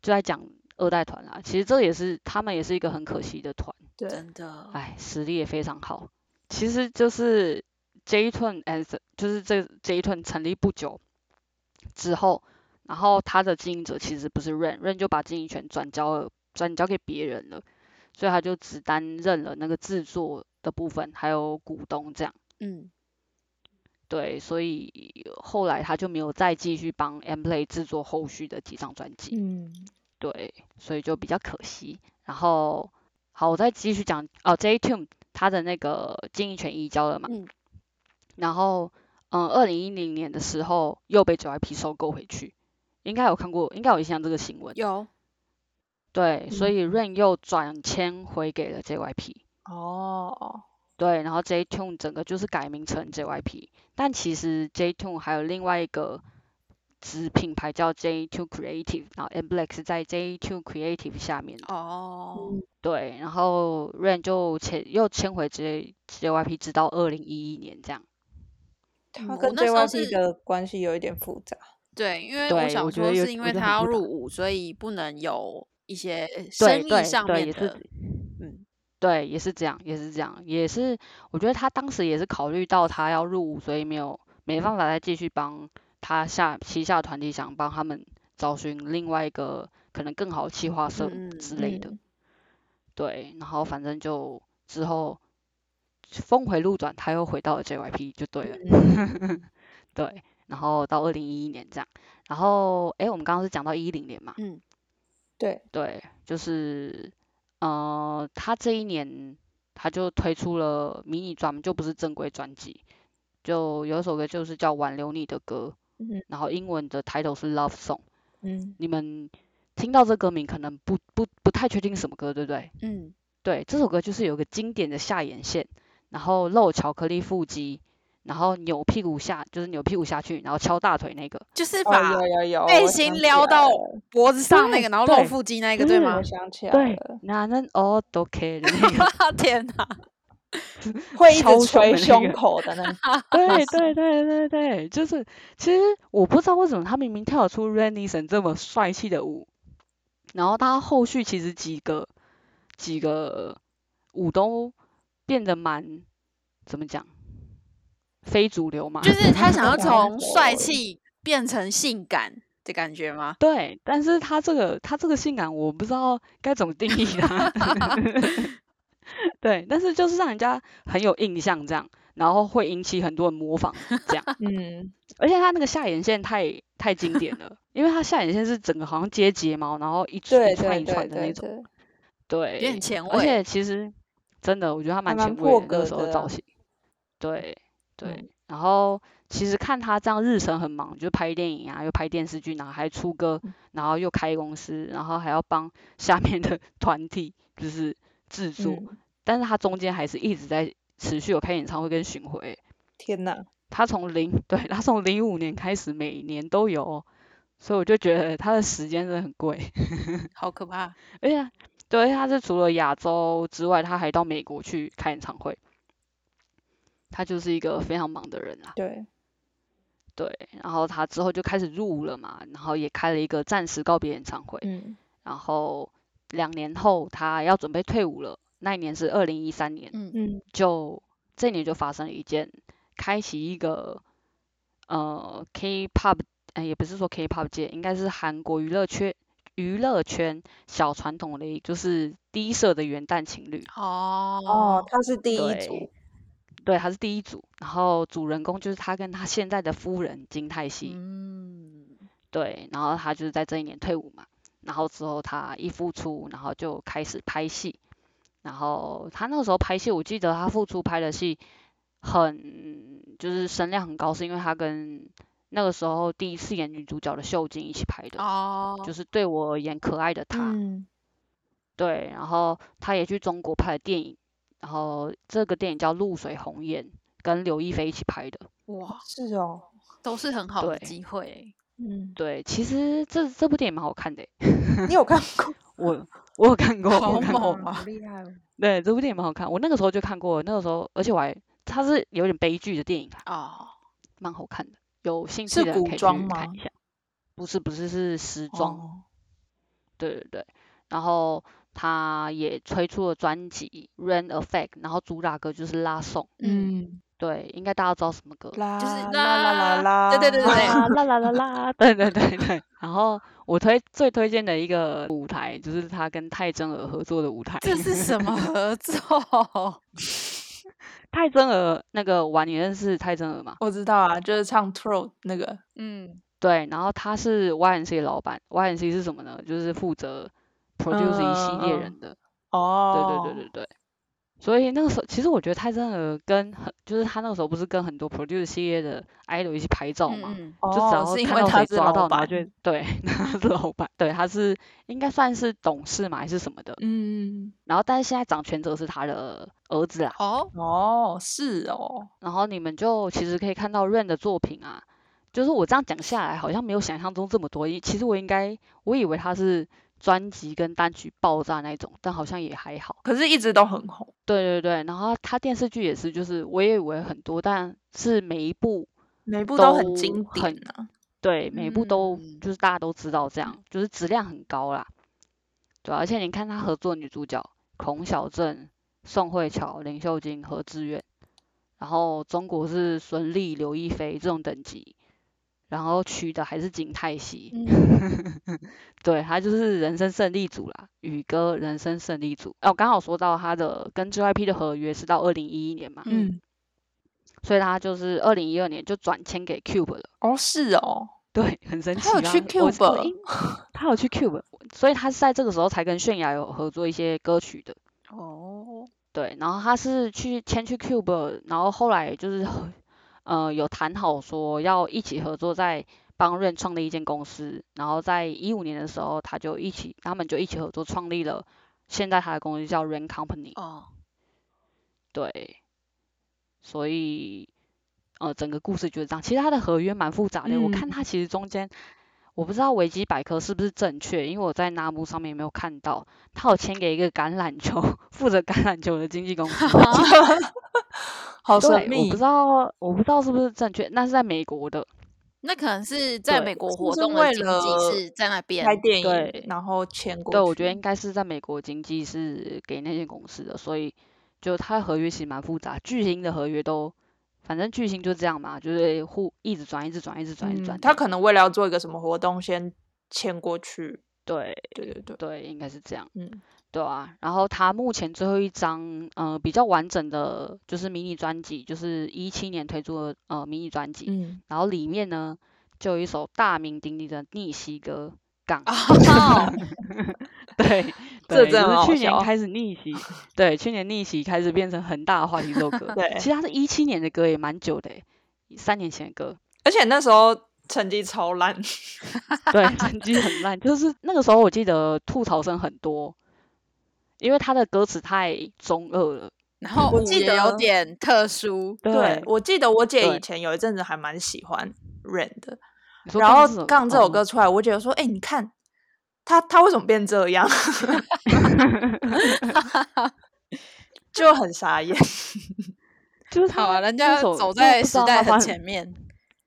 A: 就在讲二代团啦。其实这也是他们也是一个很可惜的团，
D: 对，
C: 真的，
A: 哎，实力也非常好。其实就是 J Turn as 就是呃这 J Turn 成立不久之后，然后他的经营者其实不是 Rain，Rain 就把经营权转交了转交给别人了，所以他就只担任了那个制作的部分，还有股东这样。
C: 嗯，
A: 对，所以后来他就没有再继续帮 M Play 制作后续的几张专辑，
D: 嗯，
A: 对，所以就比较可惜。然后，好，我再继续讲哦，J Tune 他的那个经营权移交了嘛，
C: 嗯
A: 然后，嗯，二零一零年的时候又被 JYP 收购回去，应该有看过，应该有印象这个新闻，
C: 有，
A: 对，所
D: 嗯
A: 以 Rain 又转签回给了 JYP，
D: 哦，
A: 对，然后 Jtune 整个就是改名成 JYP，但其实 Jtune 还有另外一个子品牌叫 Jtune Creative，然后 M Black 是在 Jtune Creative 下面的。
C: 哦，
A: 嗯对，然后 Rain 就签又迁回 J JYP，直到二零一一年这样。
D: 他
C: 我
D: 跟
C: 那时候
D: JYP
C: 是
D: 的关系有一点复杂，
C: 对，因为
A: 对
C: 想
A: 我觉
C: 说
A: 得有
C: 是因
A: 我
C: 为
A: 觉得
C: 他
A: 很复
C: 要
A: 杂
C: 入伍，所以不能有一些生
A: 对
C: 意
A: 对
C: 上
A: 对，
C: 面
A: 也是
C: 的，嗯，
A: 对，也是这样，也是这样，也是我觉得他当时也是考虑到他要入伍，所以没有没办法再继续帮他下旗下团体想帮他们找寻另外一个可能更好的企划社
C: 嗯
A: 之类的。
D: 嗯
A: 对，然后反正就之后峰回路转，他又回到了 JYP 就对了。
C: 嗯
A: 对，然后到二零一一年这样，然后诶，我们刚刚是讲到一零年嘛，
C: 嗯，
D: 对，
A: 对，就是呃，他这一年他就推出了迷你专，就不是正规专辑，就有一首歌就是叫《挽留你的歌》，
D: 嗯
A: 然后英文的抬头是 Love Song，
D: 嗯，
A: 你们听到这歌名可能不不不太确定是什么歌，对不对？
C: 嗯，
A: 对，这首歌就是有个经典的下眼线，然后露巧克力腹肌，然后扭屁股下，就是扭屁股下去，然后敲大腿那个。
C: 就是
D: 哦，
C: 把
D: 有有有，
C: 背
D: 我
C: 心
D: 想起
C: 撩
D: 来
C: 到
D: 了嗯
C: 脖子上那
A: 对
C: 个，然后露
A: 对
C: 腹肌那个，对 吗
D: 我？想起来
A: 对
D: 了，
A: 那那哦都 OK 的那个，
C: 天哪，
D: 会一
A: 超
D: 直
A: 凶
D: 捶
A: 的那
D: 胸
A: 个
D: 口的那种，
A: 对对对对对，就是其实我不知道为什么他明明跳得出 Renison 这么帅气的舞，然后他后续其实几个几个舞都变得蛮怎么讲，非主流嘛，
C: 就是 他想要
D: 想
C: 从帅
D: 走
C: 气变成性感的感觉吗？
A: 对，但是他这个他这个性感，我不知道该怎么定义他。 对，但是就是让人家很有印象这样，然后会引起很多人模仿这样，
D: 嗯，
A: 而且他那个下眼线太太经典了，因为他下眼线是整个好像接睫毛，然后一串
D: 对
A: 一串
D: 对
A: 一
D: 对
A: 串的那
D: 对
A: 种，
D: 对，
A: 对，
C: 有点前
A: 而
C: 卫，
A: 且其实真的，我觉得他蛮
D: 蛮
A: 前
D: 破
A: 卫的那
D: 格
A: 个时候
D: 的
A: 的造
D: 啊
A: 型。对对，
D: 嗯
A: 然后其实看他这样日程很忙，就拍电影啊，又拍电视剧，然后还出歌，
D: 嗯
A: 然后又开公司，然后还要帮 下面的团体就是制作，
D: 嗯
A: 但是他中间还是一直在持续有开演唱会跟巡回。
D: 天哪，
A: 他从零， 对，他从零五年开始每年都有哦，所以我就觉得他的时间真的很贵。
C: 好可怕。
A: 而且对，而且他是除了亚洲之外，他还到美国去开演唱会。他就是一个非常忙的人啦，
D: 对，
A: 对。然后他之后就开始入伍了嘛，然后也开了一个暂时告别演唱会。
D: 嗯
A: 然后两年后他要准备退伍了，那一年是二零一三年，
C: 嗯，
D: 嗯
A: 就这年就发生了一件开启一个呃 K-pop，呃也不是说 K-pop 界，应该是韩国娱乐圈娱乐圈小传统的一，就是低社的元旦情侣。
D: 哦
C: 哦，，
D: 他是第一
A: 对
D: 组，
A: 对，他是第一组，然后主人公就是他跟他现在的夫人金泰熙，
C: 嗯，
A: 对，然后他就是在这一年退伍嘛，然后之后他一复出，然后就开始拍戏，然后他那个时候拍戏，我记得他复出拍的戏很就是声量很高，是因为他跟那个时候第一次演女主角的秀晶一起拍的，
C: 哦，
A: 就是对我而言可爱的她。
D: 嗯，
A: 对，然后他也去中国拍了电影，然后这个电影叫《露水红颜》，跟刘亦菲一起拍的。
C: 哇，
D: 是哦，
C: 都是很好的
A: 对
C: 机会欸。
D: 嗯，
A: 对，其实这这部电影蛮好看的欸，
D: 你有看过？
A: 我我有看过， 我有
C: 好
A: 看过。
C: 猛啊！
D: 厉害哦！
A: 对，这部电影蛮好看，我那个时候就看过了，那个时候而且我还它是有点悲剧的电影啊，
C: 哦，
A: 蛮好看的，有兴
D: 是
A: 趣的人
D: 古
A: 可以去
D: 装吗
A: 看一下。不是不是是时装，
D: 哦，
A: 对对对。然后他也推出了专辑《Rain Effect》，然后主打歌就是《拉送》，
C: 嗯，
D: 嗯，
A: 对，应该大家都知道什么歌。
D: 啦
C: 就是
D: 啦啦啦啦，
C: 对对对对对
A: 啊啦啦啦啦， 对对对对。然后我推最推荐的一个舞台，就是他跟泰真儿合作的舞台。
C: 这是什 么合作？
A: 泰真儿那个玩，你认识泰真儿吗？
D: 我知道啊，就是唱 Throw 那个，
C: 嗯，
A: 对，然后他是 YNC 老板，YNC 是什么呢？就是负责 produce 一系
D: 嗯
A: 列
D: 嗯
A: 人的。
B: 嗯
D: 哦，
A: 对对对对对。所以那个时候，其实我觉得泰真儿跟很，就是他那个时候不是跟很多 produce 系列的 idol 一起拍照
C: 嗯
A: 嘛，
C: 嗯
D: 哦，
A: 就只要
D: 是因
A: 看
D: 为
A: 到
D: 他
A: 谁
D: 是
A: 抓
D: 老
A: 到，然后
D: 板，嗯
A: 就对， 他是老板，对，他是应该算是董事嘛还是什么的。
D: 嗯，
A: 然后，但是现在掌权者是他的儿子啦。
C: 哦，
D: 哦，是哦，
A: 然后你们就其实可以看到 Rain 的作品啊，就是我这样讲下来，好像没有想象中这么多。因其实我应该，我以为他是专辑跟单曲爆炸那一种，但好像也还好。
D: 可是一直都很红，
A: 对对对，然后他电视剧也是，就是我也以为很多，但是每一部
D: 每一部
A: 都
D: 很经典
A: 很
D: 啊，
A: 对，每一部都、
C: 嗯
A: 就是大家都知道这样，就是质量很高啦。对啊、而且你看他合作的女主角孔小振、宋慧乔、林秀晶、何志远，然后中国是孙俪、刘亦菲这种等级，然后娶的还是金泰熙，
B: 嗯
A: 嗯对他就是人生胜利组啦，宇哥人生胜利组。哦，我刚好说到他的跟 JYP 的合约是到二零一一年嘛，
D: 嗯，
A: 所以他就是二零一二年就转签给 Cube 了。
D: 哦，是哦，
A: 对，很神奇
D: 他有
A: 吧
D: 去
A: 我我
D: Cube
A: 应他有去 Cube，所以他是在这个时候才跟泫雅有合作一些歌曲的。
C: 哦，
A: 对，然后他是去先去 Cube，然后后来就是 合呃有谈好说要一起合作，在帮润创立一间公司，然后在一五年的时候，他就一起他们就一起合作创立了现在他的公司叫 Rain Company。
C: 哦，
A: 对，所以呃，整个故事就是这样。其实它的合约蛮复杂的，我看
D: 嗯
A: 它其实中间，我不知道维基百科是不是正确，因为我在 Namu 上面没有看到，它有签给一个橄榄球 负责橄榄球的经纪公司，
D: 好
A: 对，
D: 神
A: 我
D: 秘
A: 不知，道我不知道是不是正确，那是在美国的，
C: 那可能是在
A: 对
C: 美国
D: 是不
C: 活
D: 是
C: 动
D: 为
C: 的经
D: 了
C: 济是在那边
D: 拍电
A: 对
D: 影，然后签过去，
A: 对，我觉得应该是在美国经纪是给那间公司的，所以就它的合约其实蛮复杂，巨星的合约都。反正巨星就这样嘛，就是互一直转，一直转，一直转，一直
D: 嗯
A: 转。
D: 他可能为了要做一个什么活动，先签过去，
A: 对
D: 对对对，
A: 对，应该是这样。
D: 嗯，
A: 对啊，然后他目前最后一张，呃，比较完整的就是迷你专辑，就是一七年推出的呃迷你专辑，
D: 嗯，
A: 然后里面呢就有一首大名鼎鼎的逆袭歌《港》
C: 哦，
A: 对，
D: 啊 这
A: 对，
D: 真
A: 就
D: 的
A: 是
D: 好
A: 去年
D: 笑
A: 开始逆
D: ，
A: 袭，对，去年逆袭开始变成很大的话题这首歌
D: 对
A: 其实它是一七年的歌，也蛮久的欸，三年前 的歌，
D: 而且那时候成绩超烂，
A: 对，成绩很烂，就是那个时候我记得吐槽声很多，因为他的歌词太中二了。
C: 然后
D: 我
C: 舞
D: 记
C: 也有
D: 得
C: 点特殊，
D: 对，我记得我姐
A: 对
D: 以前有一阵子还蛮喜欢 Rain 的，
A: 你说
D: 然
A: 刚
D: 后
A: 这首
D: 刚这首
A: 哦
D: 歌出来，我姐就说：“哎、你看他他为什么变这样？” 就很傻眼。
A: 就是
C: 好啊，
A: 他
C: 人
A: 这
C: 家
A: 首
C: 走
A: 真的
C: 在
A: 不知
C: 时
A: 道
C: 代
A: 他
C: 很
A: 翻
C: 前 面，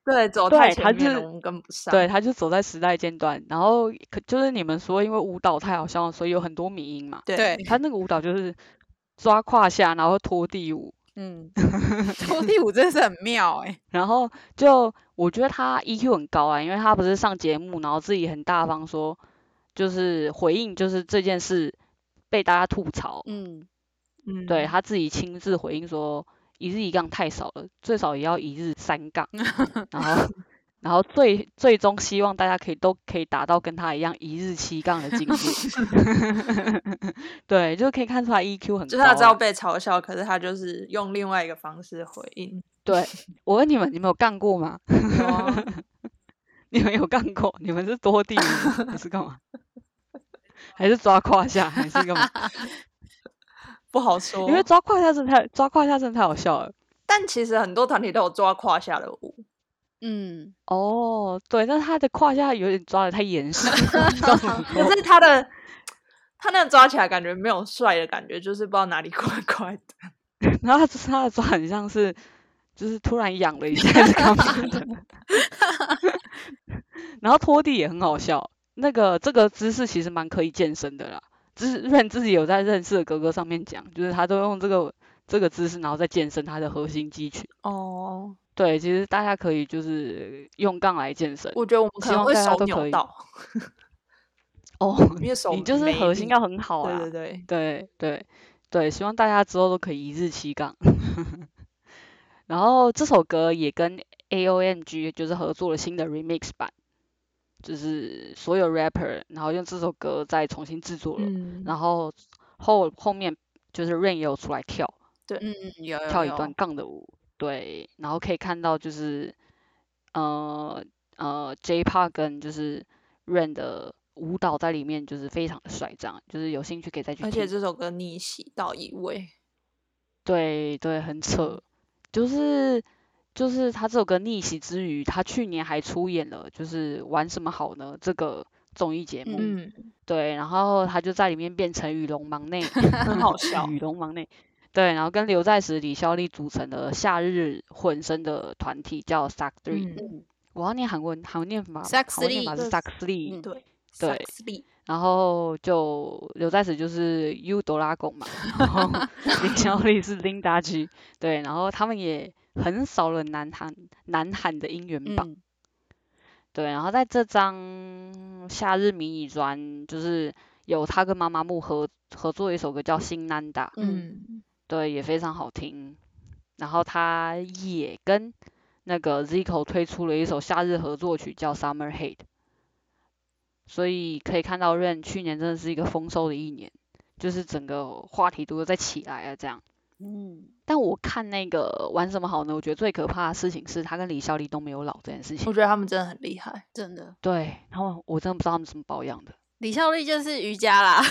D: 对，走太
A: 对
D: 前
A: 他
D: 面
A: 就
D: 了，
A: 是
D: 我们跟不上。
A: 对，他就走在时代尖端。然后可就是你们说，因为舞蹈太好笑了，所以有很多迷音嘛。
D: 对
C: 对，
A: 他那个舞蹈就是抓胯下，然后拖地舞，
C: 嗯，拖地舞真的是很妙哎，
A: 然后就我觉得他 EQ 很高啊，因为他不是上节目，然后自己很大方说，就是回应就是这件事被大家吐槽，
C: 嗯，
D: 嗯
A: 对，他自己亲自回应说，一日一杠太少了，最少也要一日三杠，然后然后最最终希望大家可以都可以达到跟他一样一日七杠的境界。对，就可以看出来 EQ 很高啊。
B: 就是他知道被嘲笑，可是他就是用另外一个方式回 应。
A: 对，我问你们，你们有干过吗？
B: 有啊
A: 你们有干过？你们是多地还是干嘛？还是抓胯下？还是干嘛？
B: 不好说
A: 因，为抓胯下真的太抓胯下真的太好笑了。
B: 但其实很多团体都有抓胯下的舞，
C: 嗯，
A: 哦，对，但是他的胯下有点抓的太严实了，你知道吗
B: 可是他的他那抓起来感觉没有帅的感觉，就是不知道哪里怪怪的。
A: 然后他就是他的抓很像是，就是突然痒了一下，是干嘛的？ 然后拖地也很好笑，那个这个姿势其实蛮可以健身的啦。就是 认自己有在认识的哥哥上面讲，就是他都用这个这个姿势，然后再健身他的核心肌群。
B: 哦，
A: 对，其实大家可以就是用杠来健身
B: 我觉得我们可
A: 希
B: 能
A: 望
B: 会
A: 大家
B: 手
A: 都可
B: 扭
A: 以
B: 到，
A: 哦。
B: 因为手
A: 你就是
B: 没
A: 核心
B: 力
A: 要很好啊啦
B: 对对，对，
A: 对对对，希望大家之后都可以一日七杠。 然后这首歌也跟 AOMG 就是合作了新的 remix 版，就是所有 rapper 然后用这首歌再重新制作了，
B: 嗯，
A: 然后后后面就是 Rain 也有出来跳
C: 嗯，有有
A: 跳一
C: 有
A: 段杠的舞，对，然后可以看到就是呃呃 J Park 跟就是 Rain 的舞蹈在里面就是非常的帅，这样就是有兴趣可以再去
B: 而
A: 听。
B: 且这首歌逆袭到一位，
A: 对对，很扯，就是就是他这首歌逆袭之余，他去年还出演了就是玩什么好呢这个综艺节目，
B: 嗯，
A: 对，然后他就在里面变成与龙忙内，
B: 很好笑，
A: 与龙忙内，对，然后跟刘在石、李孝利组成的夏日混声的团体叫 s a c Three，、
B: 嗯，
A: 我要念韩文，韩文念法吗，
C: Sack
A: 韩文念法是
B: Three
A: s a c Three，
C: 嗯
B: 对
A: 对
B: s l
A: 然后就刘在石就是 U 朵拉贡嘛， 然后林小丽是 Linda G，对，然后他们也横扫了南韩南韩的音源榜，
C: 嗯
A: 对，然后在这张夏日迷你专就是有他跟妈妈木合合作一首歌叫《新南达》，
C: 嗯
B: 嗯，
A: 对，也非常好听，然后他也跟那个 Zico 推出了一首夏日合作曲叫《Summer Hate》，所以可以看到 Rain 去年真的是一个丰收的一年，就是整个话题度都在起来了这样。
C: 嗯，
A: 但我看那个玩什么好呢？我觉得最可怕的事情是他跟李孝利都没有老这件事情
B: 我。觉得他们真的很厉害，
C: 真的，
A: 对，他们我真的不知道他们怎么保养的。
C: 李孝利就是瑜伽啦，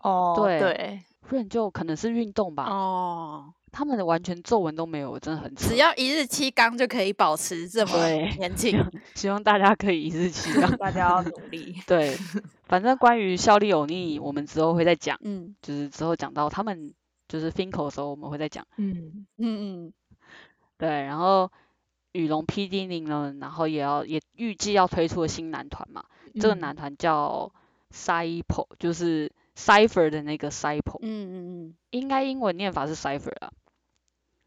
B: 哦，
A: 对
B: 对，
A: Rain 就可能是运动 吧，
C: 哦，
A: 他们完全皱纹都没有，真的很扯
C: 只。要一日七缸就可以保持这么
A: 对
C: 年轻，
A: 希望大家可以一日七养。，
B: 大家要努力
A: 对，反正关于效力有逆，我们之后会再讲，
C: 嗯
A: 就是之后讲到他们就是 Finco 的时候，我们会再讲。
B: 嗯，
C: 嗯嗯，
A: 对，然后羽龙 PD 零呢，然后也要也预计要推出的新男团嘛，这个
B: 嗯
A: 男团叫 Cypo，就是 Cipher 的那个 Cypo，、
C: 嗯嗯
A: 应该英文念法是 Cipher 啊，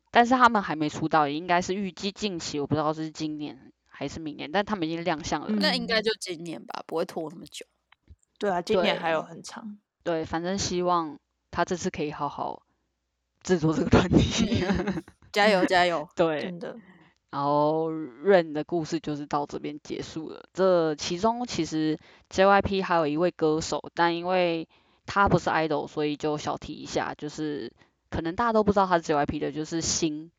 A: 但是他们还没出道，也应该是预计近期，我不知道是今年还是明年，但他们已经亮相了。
C: 嗯，那
B: 嗯
C: 应该就今年吧，不会拖那么 久。
B: 对啊，今年还有
A: 对
B: 很长，
A: 对，反正希望他这次可以好好制作这个团体。
C: 嗯加油加油！
A: 对，
B: 真的，
A: 然后 Rain 的故事就是到这边结束了。这其中其实 JYP 还有一位歌手，但因为他不是 idol，所以就小提一下，就是可能大家都不知道他是 JYP 的，就是新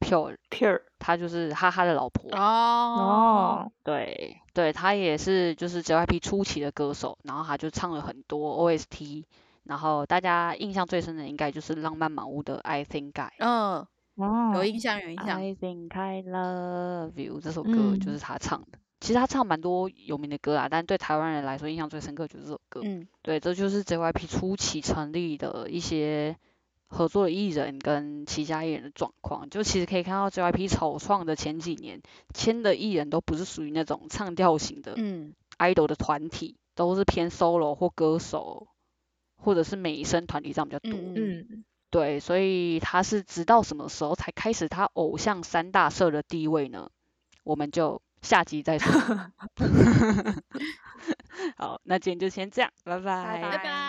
A: Pure，
B: pure
A: 他就是哈哈的老婆。
C: 哦，
B: 哦，
A: 对，对，他也是就是 JYP 初期的歌手，然后他就唱了很多 OST，然后大家印象最深的应该就是《浪漫满屋》的《I Think I》。
C: 嗯，有
B: 哦，
C: 印象有印象，
A: I think I love you 这首歌就
B: 嗯
A: 是他唱的。其实他唱蛮多有名的歌啊，但对台湾人来说印象最深刻就是这首歌。
C: 嗯
A: 对，这就是 JYP 初期成立的一些合作的艺人跟旗下艺人的状况。就其实可以看到 JYP 草创的前几年，签的艺人都不是属于那种唱跳型的
C: 嗯
A: idol 的团体，都是偏 solo 或歌手，或者是美声团体这样比较多。
C: 嗯嗯，
B: 嗯，
A: 对，所以他是直到什么时候才开始他偶像三大社的地位呢？我们就下集 嗯 再说。好，那今天就先这样，拜拜。
C: 拜拜。